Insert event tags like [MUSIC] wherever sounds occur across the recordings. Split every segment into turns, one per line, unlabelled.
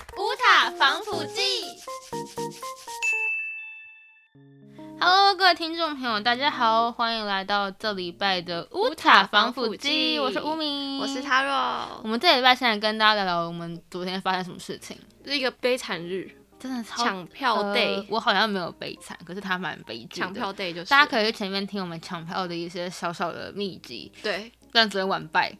法防腐剂。Hello，各位听众朋友，大家好，欢迎来到这礼拜的乌塔防腐剂，我是乌明，
我是。他
我
若，
们这礼拜现在跟大家聊聊我们昨天发生什么事情，
是一个悲惨日，
真的超
抢票
呃
day，
我好像没有悲惨，可是他蛮悲剧的。
抢票 day 就是
大家可以去前面听我们抢票的一些小小的秘籍，
对，
但昨天晚败，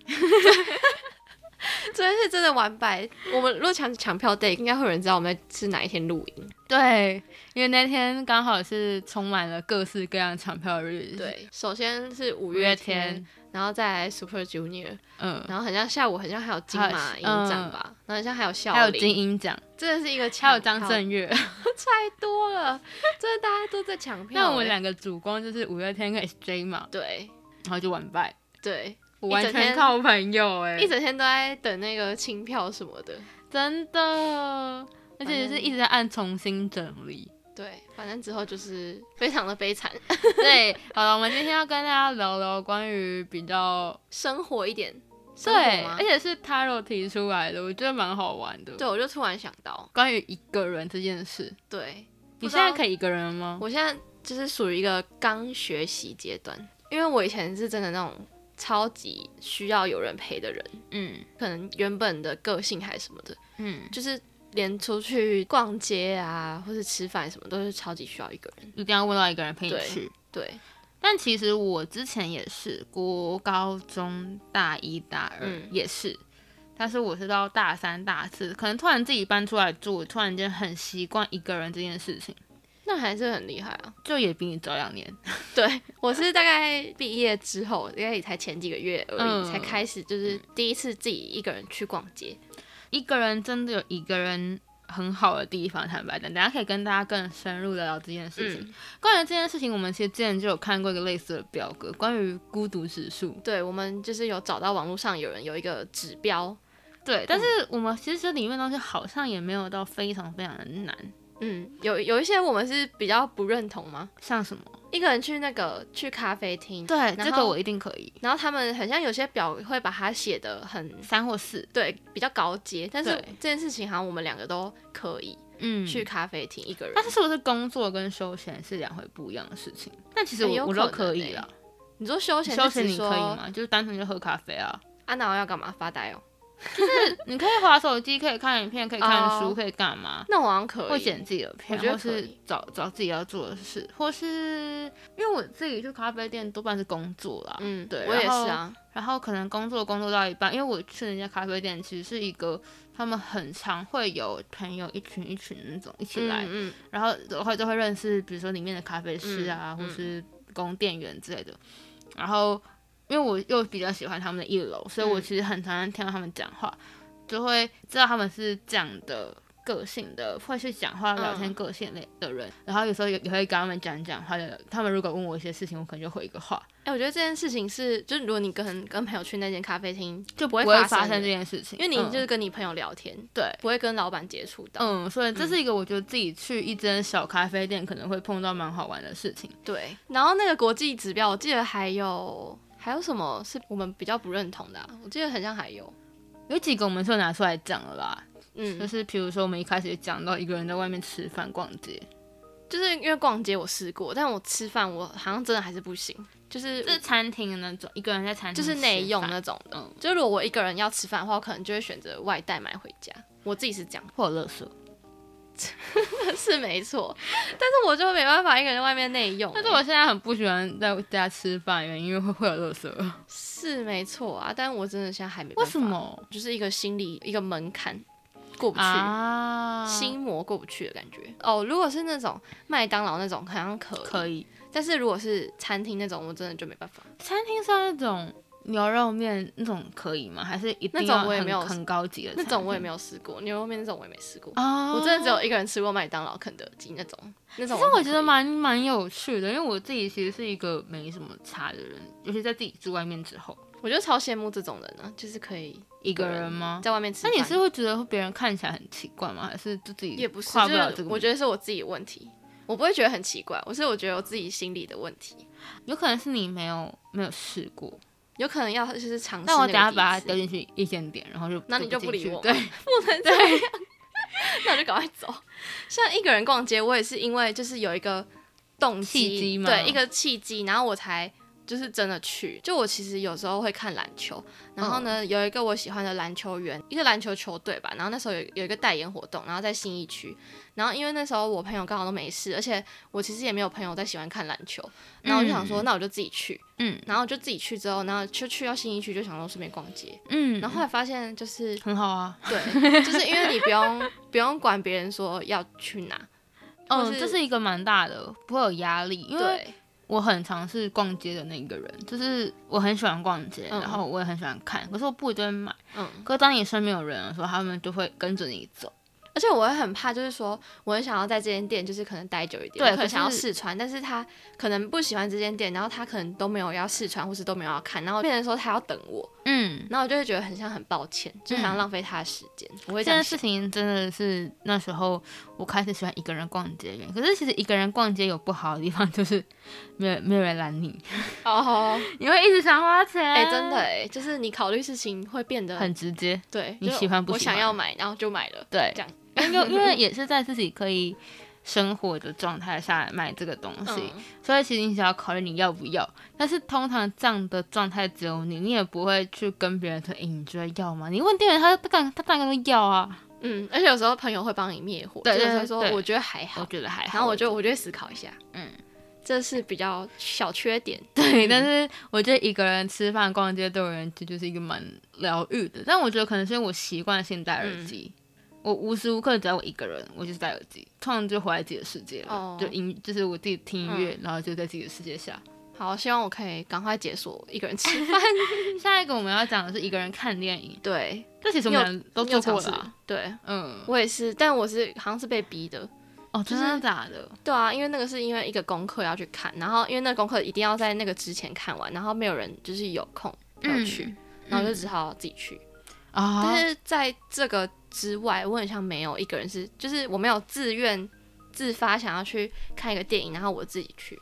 昨天是真的完败。我们如果抢抢票 day，应该会有人知道我们是哪一天录影。
对，因为那天刚好是充满了各式各样抢票的日子。，
对，首先是五
嗯五
月
月
天，
天，
然后再来 Super Junior，
嗯，
然后很像下午很像还有金马
还
影
有
展吧，然后很像还有校
还有
林
金鹰奖，
真的是一个抢
还有张
票
震岳。
太多了，真的大家都在抢
[LAUGHS]
票欸。
那我们两个主攻就是五月天跟 SJ 嘛，
对
然后就完败，
对，
我
一
完
整
全
天
靠朋友哎、
一整天都在等那个清票什么的。
真的。而
反
且
正
就是一直在按重新整理。
对，反正之后就是非常的悲惨，
[LAUGHS] 对，好了，我们今天要跟大家聊聊关于比较
生活一点。生活
对，
吗
而且是 Taro 提出来的，我觉得蛮好玩的。
对，我就突然想到，
关于一个人这件事，
对
你
不
现
知
在
道
可以一个人了吗？
我现在就是属于一个刚学习阶段，因为我以前是真的那种超级需要有人陪的人，
嗯
可能原本的个性还是什么的，
嗯，
就是连出去逛街啊，或是吃饭什么，都是超级需要一个人。
一定要问到一个人陪你
对
去。
对，
但其实我之前也是，国高中大一大二
嗯
也是，但是我是到大三大四，可能突然自己搬出来住，突然间很习惯一个人这件事情，
那还是很厉害啊。 [LAUGHS]
就也比你早两年。
对我是大概毕业之后，应该也才前几个月而已，
嗯
才开始就是第一次自己一个人去逛街。
一个人真的有一个人很好的地方，坦白讲，等一下可以跟大家更深入的聊这件事情。
嗯，
关于这件事情，我们其实之前就有看过一个类似的表格，关于孤独指数。
对，我们就是有找到网络上有人有一个指标，
对，但是我们其实里面东西好像也没有到非常非常的难，
嗯，有有一些我们是比较不认同吗？
像什么？
一个人去那个去咖啡厅，
对，
后
这个我一定可以，
然后他们很像有些表会把它写的很
三或四。
对，比较高阶，但是
对
这件事情好像我们两个都可以
嗯，
去咖啡厅一个人，
但是是不是工作跟休闲是两回不一样的事情？但其实我、
哎有
我
可
都
能
可以
欸
啦，
你说休闲
休
就
闲
是
你
说
可以吗？就是单纯就喝咖啡啊，
啊，那我要干嘛发呆哦？
你可以划手机，可以看影片，可以看书
哦
可以干嘛？
那我好像可
会
以，
剪自己的片，
我觉得
或
可
是
以
找找自己要做的事，或是因为我自己去咖啡店多半是工作啦，
嗯，
对，
我也
然后
是。啊，
然后可能工作工作到一半，因为我去人家咖啡店，其实是一个他们很常会有朋友一群一群那种一起来，
嗯
然后的话就会认识，比如说里面的咖啡师啊，
嗯
或
嗯
是工店员之类的。然后因为我又比较喜欢他们的一楼，所以我
嗯
其实很常听到他们讲话，就会知道他们是这样的个性的，会去讲话聊天
嗯
个性类的人。然后有时候也也会跟他们讲讲话的，他们如果问我一些事情，我可能就回一个话，
哎、我觉得这件事情是，就是如果你跟跟朋友去那间咖啡厅，
就不
会
会
发
发
生
生这
的
件事情，
因为你
嗯
就是跟你朋友聊天，
对。
不会跟老板接触到。
嗯，所以这是一个我觉得自己去一间小咖啡店可能会碰到蛮好玩的事情。
对，然后那个国际指标，我记得还有还有什么是我们比较不认同的啊、我记得很像还有，
有几个我们是有拿出来讲了啦，就
嗯，
是比如说我们一开始就讲到一个人在外面吃饭逛街，
就是因为逛街我试过，但我吃饭我好像真的还是不行，就是
就是餐厅的那种，一个人在餐嗯
就
厅吃饭
是内用那种的。
嗯，
就如果我一个人要吃饭的话，我可能就会选择外带买回家。我自己是这样，
或者垃圾。
[LAUGHS] 是没错，但是我就没办法一个人在外面内用、欸
但是我现在很不喜欢在家吃饭，原因为会会有垃圾。
是没错啊，但我真的现在还没办
为
法
什？么
就是一个心理一个门槛过不去，
啊？
心魔过不去的感觉。哦，如果是那种麦当劳那种，好像可以，
可以，
但是如果是餐厅那种，我真的就没办法。
餐厅上那种牛肉面那种可以吗？还是一定
那种
要
我也
很
没有
很高级的
那种我也没有试过，牛肉面那种我也没试过。
有啊，
我真的只有一个人吃过麦当劳、肯德基那种，那种
其实我觉
可
得
以
蛮蛮有趣的，因为我自己其实是一个没什么差的人，尤其在自己住外面之后，
我就超羡慕这种人呢、就是可以
一
个
个
人
人吗？
在外面吃
那
饭。
你是会觉得别人看起来很奇怪吗？还是就自己
也不是，
跨
就
不了这
是
个？
我觉得是我自己的问题，我不会觉得很奇怪，我是我觉得我自己心里的问题，
有可能是你没有没有试过。
有可能要就是尝试。
那我等下把它
丢
丢，进去一间点，然后就
那你就
不
不
进
理
去
我吗，
对，
不能这样。 [LAUGHS] 那我就赶快走。像一个人逛街，我也是因为就是有一个动
契机吗
对，一个契机，然后我才就是真的去。就我其实有时候会看篮球，然
嗯
后呢、有一个我喜欢的篮球员，一个篮球球队吧，然后那时候有有一个代言活动，然后在信义区，然后因为那时候我朋友刚好都没事，而且我其实也没有朋友在喜欢看篮球，然后我就想说，那我就自己去，
嗯
然后我就自己去之后，然后就去到信义区，就想说顺便逛街，
嗯，
[LAUGHS] 然后后来发现就是
很好啊，
对，就是因为你不用不用管别人说要去哪，
嗯，
是
这是一个蛮大的，不会有压力，因为
对，
我很常是逛街的那一个人，就是我很喜欢逛街，
嗯
然后我也很喜欢看，可是我不一定会买。
嗯，
可是当你身边有人的时候，他们就会跟着你走。
而且我会很怕，就是说我很想要在这间店就是可能待久一点，
对
我可能
可是
想要试穿，但是他可能不喜欢这间店，然后他可能都没有要试穿，或是都没有要看，然后变成说他要等我，
嗯，
然后我就会觉得很像很抱歉，就想要浪费嗯他的时间，我会
这
这样
件
想
事，情真的是那时候我开始喜欢一个人逛街的原因。可是其实一个人逛街有不好的地方，就是没有没有人拦你，
哦，
你会一直想花钱。
哎、真的哎、就是你考虑事情会变得
很直接。
对，
你
就
喜欢不
我
喜
想
欢
要买，然后就买了，
对
这样，
因为因为也是在自己可以生活的状态下买这个东西，
嗯，
所以其实你只要考虑你要不要，但是通常这样的状态只有你，你也不会去跟别人说，哎、你觉得要吗？你问店员，他他敢他大概都要啊，
嗯，而且有时候朋友会帮你灭火，
对
就有时
对
候说
对
我觉得还哎好
我，觉得还好。
然后我就我就会思考一下，
嗯，
这是比较小缺点，
对，但是我觉得一个人吃饭、逛街对我而言，这就是一个蛮疗愈的。但我觉得可能是因为我习惯性戴耳
嗯
机，我无时无刻只要我一个人，我就是戴耳机，突然就活在自己的世界了，
哦嗯
就音就是我自己听音乐，然后就在自己的世界下。
[LAUGHS] 好，希望我可以赶快解锁一个人吃饭，
下一个我们要讲的是一个人看电影，
[LAUGHS] 对，
这其实我们俩都
你有
做过
尝
了啊、
试对
嗯，
我也是，但我是好像是被逼的，
哦，
就
真
是
的假的？
对啊，因为那个是因为一个功课要去看，然后因为那个功课一定要在那个之前看完，然后没有人就是有空要去，然后我就只好自己去，
啊、
但是在这个之外，我很像没有一个人是，就是我没有自愿自发想要去看一个电影，然后我自己去。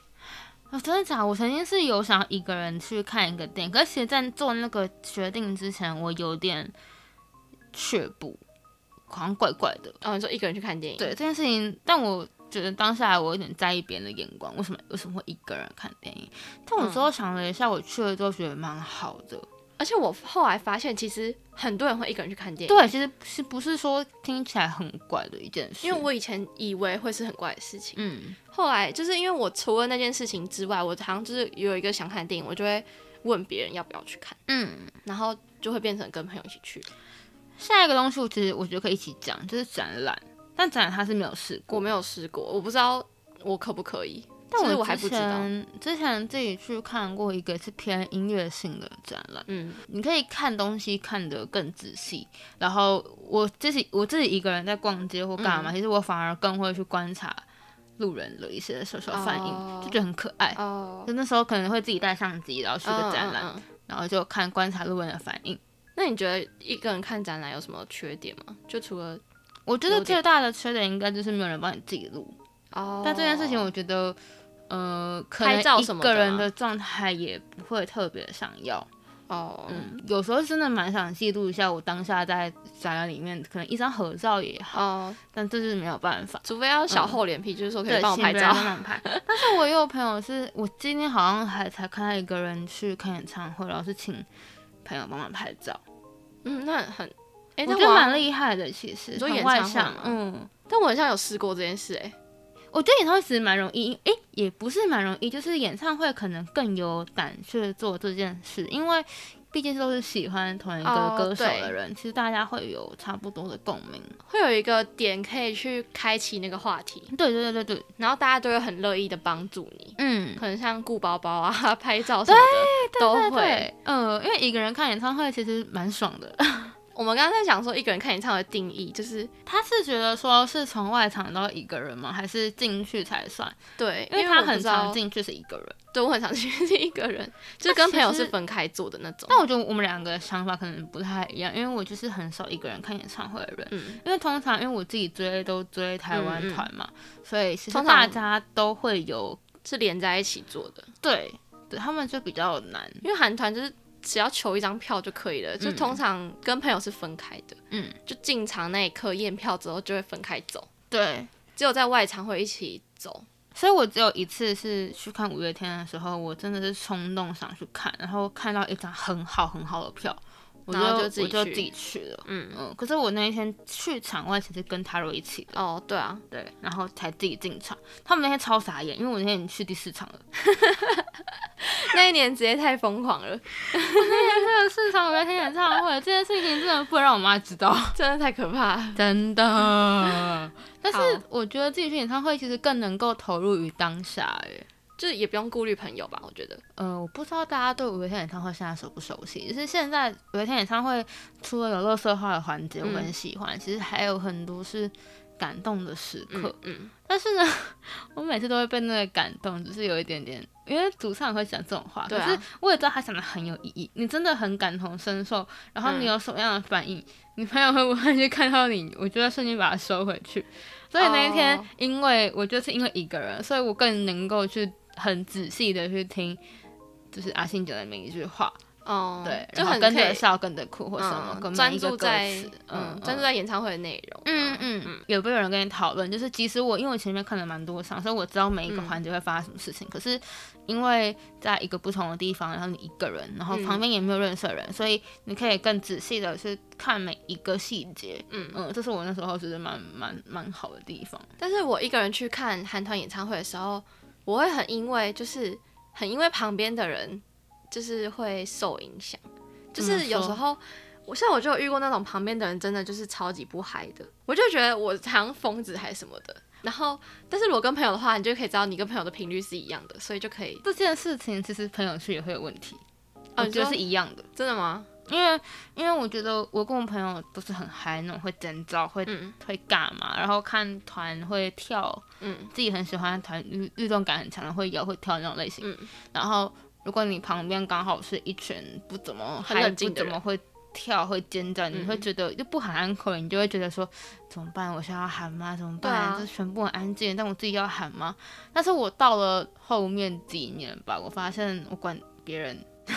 哦，真的假的我曾经是有想要一个人去看一个电影，可是其实在做那个决定之前，我有点却步，好像怪怪的。
哦，你说一个人去看电影？
对这件事情，但我觉得当下我有点在意别人的眼光，为什么为什么会一个人看电影？但我之
嗯
后想了一下，我去了之后觉得蛮好的。
而且我后来发现，其实很多人会一个人去看电影。
对，其实是不是说听起来很怪的一件事？
因为我以前以为会是很怪的事情，
嗯
后来就是因为我除了那件事情之外，我好像就是有一个想看的电影，我就会问别人要不要去看，
嗯，
然后就会变成跟朋友一起去。
下一个东西我其实我觉得可以一起讲，就是展览。但展览它是没有试过
我，没有试过，我不知道我可不可以，
但
其实
我
我还不知道。
之前之前自己去看过一个是偏音乐性的展览，
嗯
你可以看东西看得更仔细。然后我自己我自己一个人在逛街或干嘛，
嗯
其实我反而更会去观察路人的一些小小反应，
哦
就觉得很可爱。
哦，
就那时候可能会自己带相机，然后去个展览，
嗯嗯嗯
然后就看观察路人的反应。
那你觉得一个人看展览有什么缺点吗？就除了
我觉得
有点
最大的缺点应该就是没有人帮你记录，
哦，
但这件事情我觉得，呃，可能
拍照
一
什么的
个人
吗
的状态也不会特别想要。
哦，
嗯，有时候真的蛮想记录一下我当下在展览里面，可能一张合照也好，
哦，
但这是没有办法。
除非要小厚脸皮，就是说可
对，
以帮我
请
拍
别人啊
照。
帮忙拍。 [LAUGHS] 但是我也有朋友是，我今天好像还才看到一个人去看演唱会，然后是请朋友帮忙拍照，
嗯，那很，哎、
我
但
觉
我
得
好像
蛮厉害的，其实
你说
很
演
外
唱会
向
吗。
嗯，
但我好像有试过这件事、哎，
我觉得演唱会其实蛮容易，诶、也不是蛮容易，就是演唱会可能更有胆去做这件事，因为毕竟都是喜欢同一个
哦
歌手
对
的人，其实大家会有差不多的共鸣。
会有一个点可以去开启那个话题，
对对对对对，
然后大家都会很乐意的帮助你，
嗯，
可能像顾包包啊、 [LAUGHS] 拍照什么的都
对
会。
对，呃，因为一个人看演唱会其实蛮爽的。 [LAUGHS]
我们刚刚在讲说一个人看演唱会的定义，就是
他是觉得说是从外场到一个人吗？还是进去才算？
对，
因为
我
他
不
很
知道
常，进去是一个人。
对我很常去 [LAUGHS] 是一个人，就是跟朋友是分开坐的那种。
但我觉得我们两个想法可能不太一样，因为我就是很少一个人看演唱会的人。
嗯，
因为通常因为我自己追都追台湾团嘛，所以其实
通常
大家都会有
是连在一起坐的，
对对，他们就比较难。
因为韩团就是只要求一张票就可以了。就通常跟朋友是分开的，
嗯，
就进场那一刻验票之后就会分开走，
对，
只有在外场会一起走。
所以我只有一次是去看五月天的时候，我真的是冲动想去看，然后看到一张很好很好的票，我就
然后就自己
我就
去
自己去了。
嗯，
嗯，可是我那一天去场外其实跟他柔一起的，
哦，对啊，
对，然后才自己进场。他们那天超傻眼，因为我那天已经去第四场了，
那一年直接太疯狂 [LAUGHS] 了，
这个四场五月天演唱会这件事情真的不能让我妈知道，
真的太可怕了。
[LAUGHS] 真 [LAUGHS] 的。但是
好
我觉得自己去演唱会其实更能够投入于当下，哎，
就是也不用顾虑朋友吧，我觉得。
呃，我不知道大家对五月天演唱会现在熟不熟悉，就是现在五月天演唱会除了有乐色化的环节我
嗯
很喜欢，其实还有很多是感动的时刻。
嗯嗯，
但是呢， [LAUGHS] 我每次都会被那个感动，只是有一点点，因为主唱会讲这种话，
对啊
可是我也知道他讲的很有意义，你真的很感同身受，然后你
嗯
有什么样的反应，你朋友会不会去看到你，我觉得瞬间把它收回
[LAUGHS]
去。所以那一天
哦
因为我就是因为一个人，所以我更能够去很仔细的去听。就是阿信讲的每一句话，
哦，
对，
就
然后
很
跟
可以
着笑，跟着哭或什么，跟
嗯，
每
专
一个
注
歌
在
词，
嗯，专注在演唱会的内容。啊
嗯嗯，有没有人跟你讨论？就是其实我因为我前面看了蛮多场，所以我知道每一个
嗯
环节会发生什么事情。可是因为在一个不同的地方，然后你一个人，然后
嗯
旁边也没有认识的人，所以你可以更仔细的去看每一个细节。
嗯
嗯，这是我那时候觉得蛮蛮蛮好的地方。
但是我一个人去看韩团演唱会的时候，我会很因为就是很因为旁边的人就是会受影响，就
怎么
是有
嗯
时
说
候。我像我就有遇过那种旁边的人真的就是超级不嗨的，我就觉得我好像疯子还是什么的。然后，但是如果跟朋友的话，你就可以知道你跟朋友的频率是一样的，所以就可以。
这件事情其实朋友去也会有问题，
哦，
我
你
觉
说
得是一样的。
真的吗？
因为因为我觉得我跟我朋友都是很嗨那种，会尖叫，会、
嗯
会干嘛，然后看团会跳，
嗯
自己很喜欢的团律律动感很强的，会摇会跳那种类型。
嗯
然后如果你旁边刚好是一群不怎么
很
嗨
冷静
不
的
怎
人
么会跳会尖叫，你
嗯
会觉得就不喊 uncle，你就会觉得说怎么办？我是要喊吗？怎么办？
对啊
这全部很安静，但我自己要喊吗？但是我到了后面几年吧，我发现我管别人。
[LAUGHS]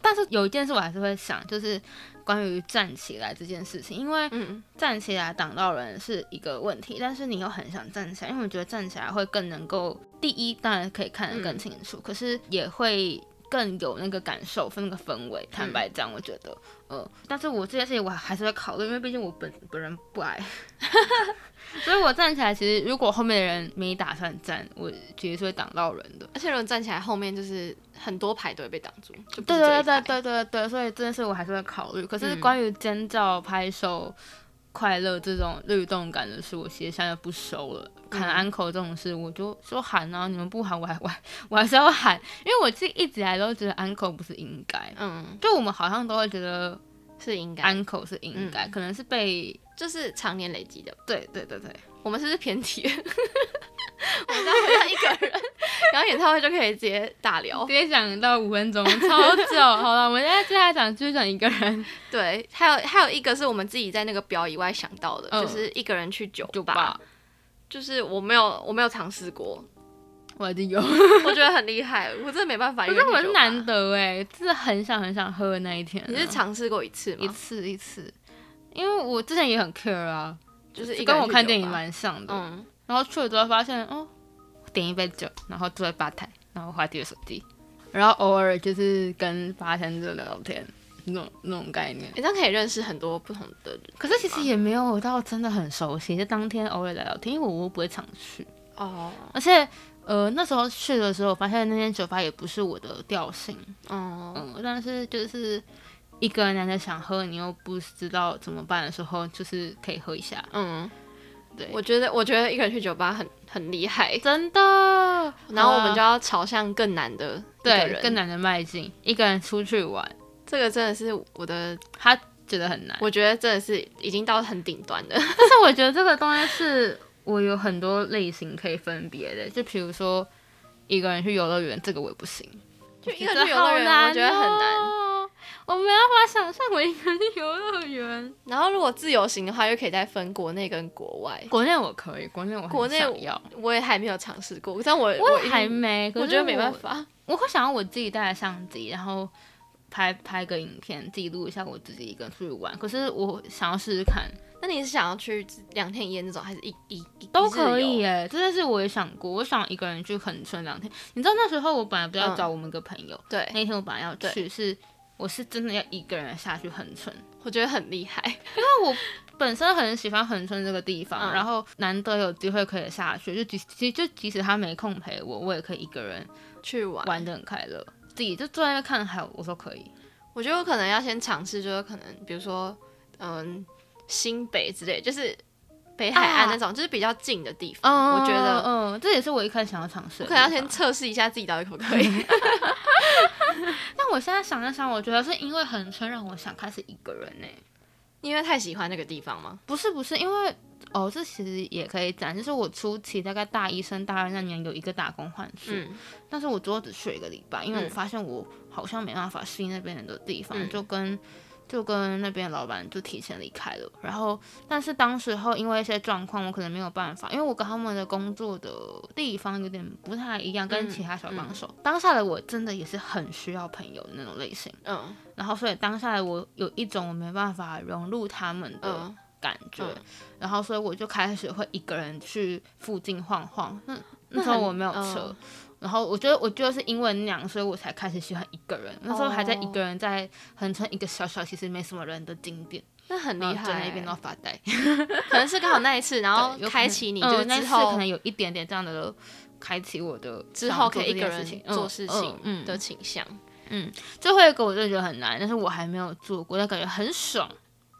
但是有一件事我还是会想，就是关于站起来这件事情，因为
嗯，
站起来挡到人是一个问题，但是你又很想站起来，因为我觉得站起来会更能够，第一当然可以看得更清楚，可是也会更有那个感受分那个氛围。坦白讲，我觉得，呃，但是我这件事情我还是会考虑，因为毕竟我本本人不矮，所以我站起来其实如果后面的人没打算站，我其实是会挡到人的。
而且如果站起来后面就是很多排都会被挡住，就不
对
是这
对
一
对
排
对对对，所以这件事我还是会考虑。可是
嗯
关于尖叫、拍手、快乐这种律动感的事，我其实现在不熟了。喊
嗯
uncle 这种事，我就说喊啊，你们不喊，我还我还 [LAUGHS] 我还是要喊，因为我自己一直以来都觉得 uncle 不是应该，
嗯，
就我们好像都会觉得
是应该，
uncle 是应
嗯
该，可能是被
就是常年累积的。
对对对对，
我们是不是偏题？ [LAUGHS] 我们刚回到一个人，然后演唱会就可以直接大聊
直。接讲到五分钟，超
[LAUGHS]
久。好了，我们现在接下来讲就是讲一个人
对，还有还有一个是我们自己在那个表以外想到的，
嗯
就是一个人去酒吧，
酒吧，
就是我没有我没有尝
[LAUGHS]
试过，
我已经有。
我觉得很厉害，我真的没办法。
可
因
是
为
我很难，得哎，真的很想很想喝的那一天啊。
嗯你是尝试过一次
一
吗？
次一次，因为我之前也很 care 啊，
就是一个人
跟我
去
看
酒
电影
吧，
蛮像的。
嗯，
然后去了之后发现，哦，我点一杯酒，然后坐在吧台，然后划自己的手机，然后偶尔就是跟吧台者聊天，那种那种概念。
你这样可以认识很多不同的人
可是其实也没有到真的很熟悉，就当天偶尔聊聊天，因为我我又不会常去，
哦，
而且。呃，那时候去的时候，我发现那间酒吧也不是我的调性，
哦，
嗯，但是就是一个人难得想喝，你又不知道怎么办的时候，就是可以喝一下，
嗯，
对，
我觉得我觉得一个人去酒吧很很厉害，
真的。
然后我们就要朝向更难的一个
对
人，
更难的迈进，一个人出去玩，
这个真的是我的，
他觉得很难。
我觉得真的是已经到很顶端的。
但是我觉得这个东西是我有很多类型可以分别的，就比如说一个人去游乐园，这个我也不行，
[LAUGHS] 就一
一
个人去游乐园，我觉得很难。哦
难。哦我没办法想象我一个人去游乐园。
然后如果自由行的话，又可以再分国内跟国外。
国内我可以，国内我很
国内
想要，
我也还没有尝试过，但我
我
已
也
经
还没，可
我
是
觉得没办。法。
我会想要我自己带相机，然后拍拍个影片，记录一下我自己一个人出去玩。可是我想要试试看，
那你是想要去两天一夜那种，还是一一一
都可以啊
一日游
耶，这件事我也想过，我想一个人去横村两天。你知道那时候我本来不是要
嗯
找我们一个朋友，
对，
那天我本来要去，
对
是我是真的要一个人下去横村。
我觉得很厉害。
本身很喜欢恒春这个地方，
嗯
然后难得有机会可以下去，就即其实就即使他没空陪我，我也可以一个人
去玩，
玩得很快乐，自己就坐在那看海，我说可以。
我觉得我可能要先尝试，就是可能比如说，嗯，新北之类，就是北海岸
啊
那种，就是比较近的地方。
嗯
我觉得
嗯，这也是我一开始想要尝试。
我可能要先，测试一下自己到底可不可
嗯
以。
但我现在想一想，我觉得是因为恒春让我想开始一个人呢、
[LAUGHS] 因为太喜欢那个地方吗？
不是不是，因为哦，这其实也可以讲，就是我初期大概大一升大二那年有一个打工换宿，
嗯，
但是我最后只去了一个礼拜，因为我
嗯
发现我好像没办法适应那边的地方，
嗯
就跟就跟那边的老板就提前离开了。然后，但是当时候因为一些状况，我可能没有办法，因为我跟他们的工作的地方有点不太一样，跟
嗯
其他小帮手。当下的我真的也是很需要朋友的那种类型，
嗯
然后所以当下的我有一种我没办法融入他们的
嗯，
感觉，
嗯
然后所以我就开始会一个人去附近晃晃。那那
那
时候
很
我没有
嗯
车，然后我觉得我就是因为那样，所以我才开始喜欢一个人。那时
哦
候还在一个人在横村一个小小其实没什么人的景点，
那很
然
厉
后在
害、
那边都发呆。
可能是刚好那一次，哦然后
哦对有可能
开启你
嗯
就是
那
之
次
后、
可能有一点点这样的开启我的
之
想
后
要
可
做
以一
这
个
件事
人
情
做事情
嗯嗯
的
嗯
倾向。
最后一个我真的觉得很难，但是我还没有做过，但感觉很爽。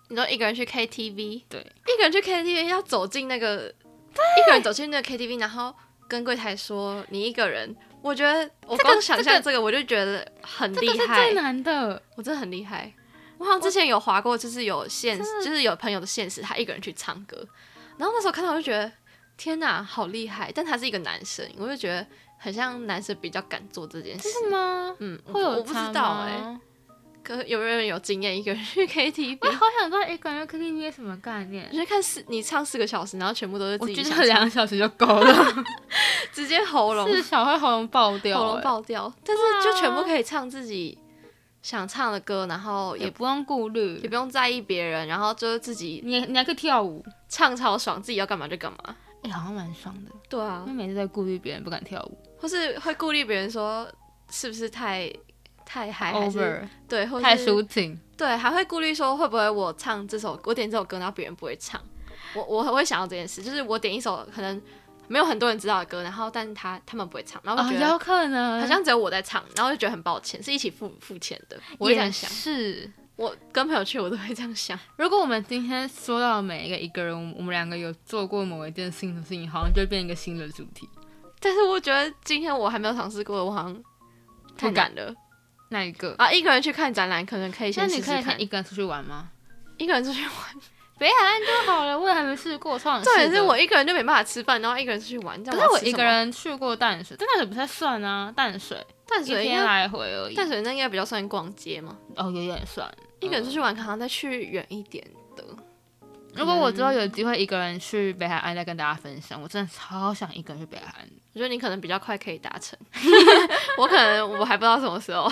你说一个人去 KTV，
对，
一个人去 KTV 要走进那个，一个人走进那个 KTV，然后跟柜台说你一个人，我觉得我光想象这个我就觉得很
这
厉
是
害
最，难的，
我真的很厉害。我好像之前有划过，就是有现实，就是有朋友的现实，他一个人去唱歌，然后那时候看到我就觉得天哪，好厉害！但他是一个男生，我就觉得很像男生比较敢做这件事。
是吗？
嗯，
会有
我不知
差
道
吗
哎、可有人有经验，一个人去 KTV，
哎我好想知道一个人 KTV 什么概念
你。去看四，你唱四个小时，然后全部都是
我
自
觉
己想
得两个
唱
小时就够了，
直接喉咙
是小会喉咙爆掉、啊
喉
欸，
咙爆掉，但是就全部可以唱自己想唱的歌，然后也
也不用顾虑
也，不用在意别人，然后就是自己
你你还可以跳舞，
唱超爽，自己要干嘛就干嘛。
哎、好像蛮爽的。
对啊
因为，每次在顾虑别人不敢跳舞
或是会顾虑别人说是不是太太嗨，还是
，over
对，或是
太抒情，
对，还会顾虑说会不会我唱这首我点这首歌，然后别人不会唱。我我我会想到这件事，就是我点一首可能没有很多人知道的歌，然后但他他们不会唱，然后我
哦，
觉得、
有可能，
好像只有我在唱，然后就觉得很抱歉，是一起付付钱的。我会这
也
样想，
是。
我跟朋友去我都会这样想。 [LAUGHS]
如果我们今天说到每一个一个人，我们我们两个有做过某一件新的事情，好像就变一个新的主题。
但是我觉得今天我还没有尝试过，我好像
不
太难
敢
了
那一个，
啊！一个人去看展览，可能可以
那
先试
你
试
可以
看。
先一个人出去玩吗？
一个人出去玩，
北海岸就好了，我也还没试过。超想
重
哦
点
试
是
的
我一个人就没办法吃饭，然后一个人出去玩。可
可是我一个，人去过淡水，但淡水不太算啊，淡水
淡
一
水应
天啊
该
来回而已。
淡水那应该比较算逛街嘛。
哦，有点算。
一个人
嗯
出去玩，可能再去远一点的。
如果我之后有机会一个人去北海岸，再跟大家分享。我真的超想一个人去北海岸。
我觉得你可能比较快可以达成， [LAUGHS] 我可能我还不知道什么时候。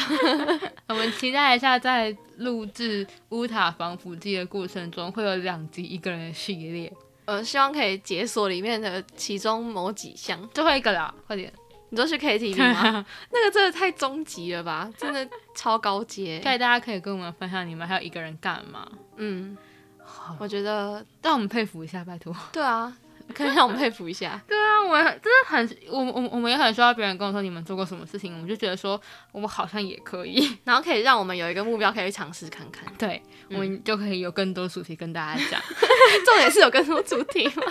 我们期待一下，在录制乌塔防腐剂的过程中，会有两集一个人的系列，
呃，希望可以解锁里面的其中某几项。
最后一个啦，快点，
你都去 KTV [LAUGHS] 吗？那个真的太终极了吧，真的超高阶。
看大家可以跟我们分享你们还有一个人干嘛，
嗯，我觉得
让我们佩服一下，拜托。
对啊，可以让我们佩服一下。
对啊，我们真的很，我们我们我们也很需要别人跟我说你们做过什么事情，我们就觉得说我们好像也可以，
[LAUGHS] 然后可以让我们有一个目标，可以去尝试看看。
对，我们就可以有更多主题跟大家讲。 [LAUGHS]
重点是有更多主题 [LAUGHS] 吗？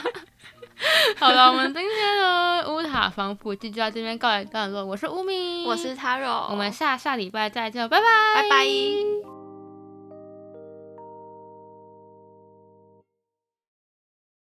好了，我们今天的乌塔防腐剂就到这边告一段落。我是乌米，
我是 Taro，
哦我们下下礼拜再见，拜拜，
拜拜。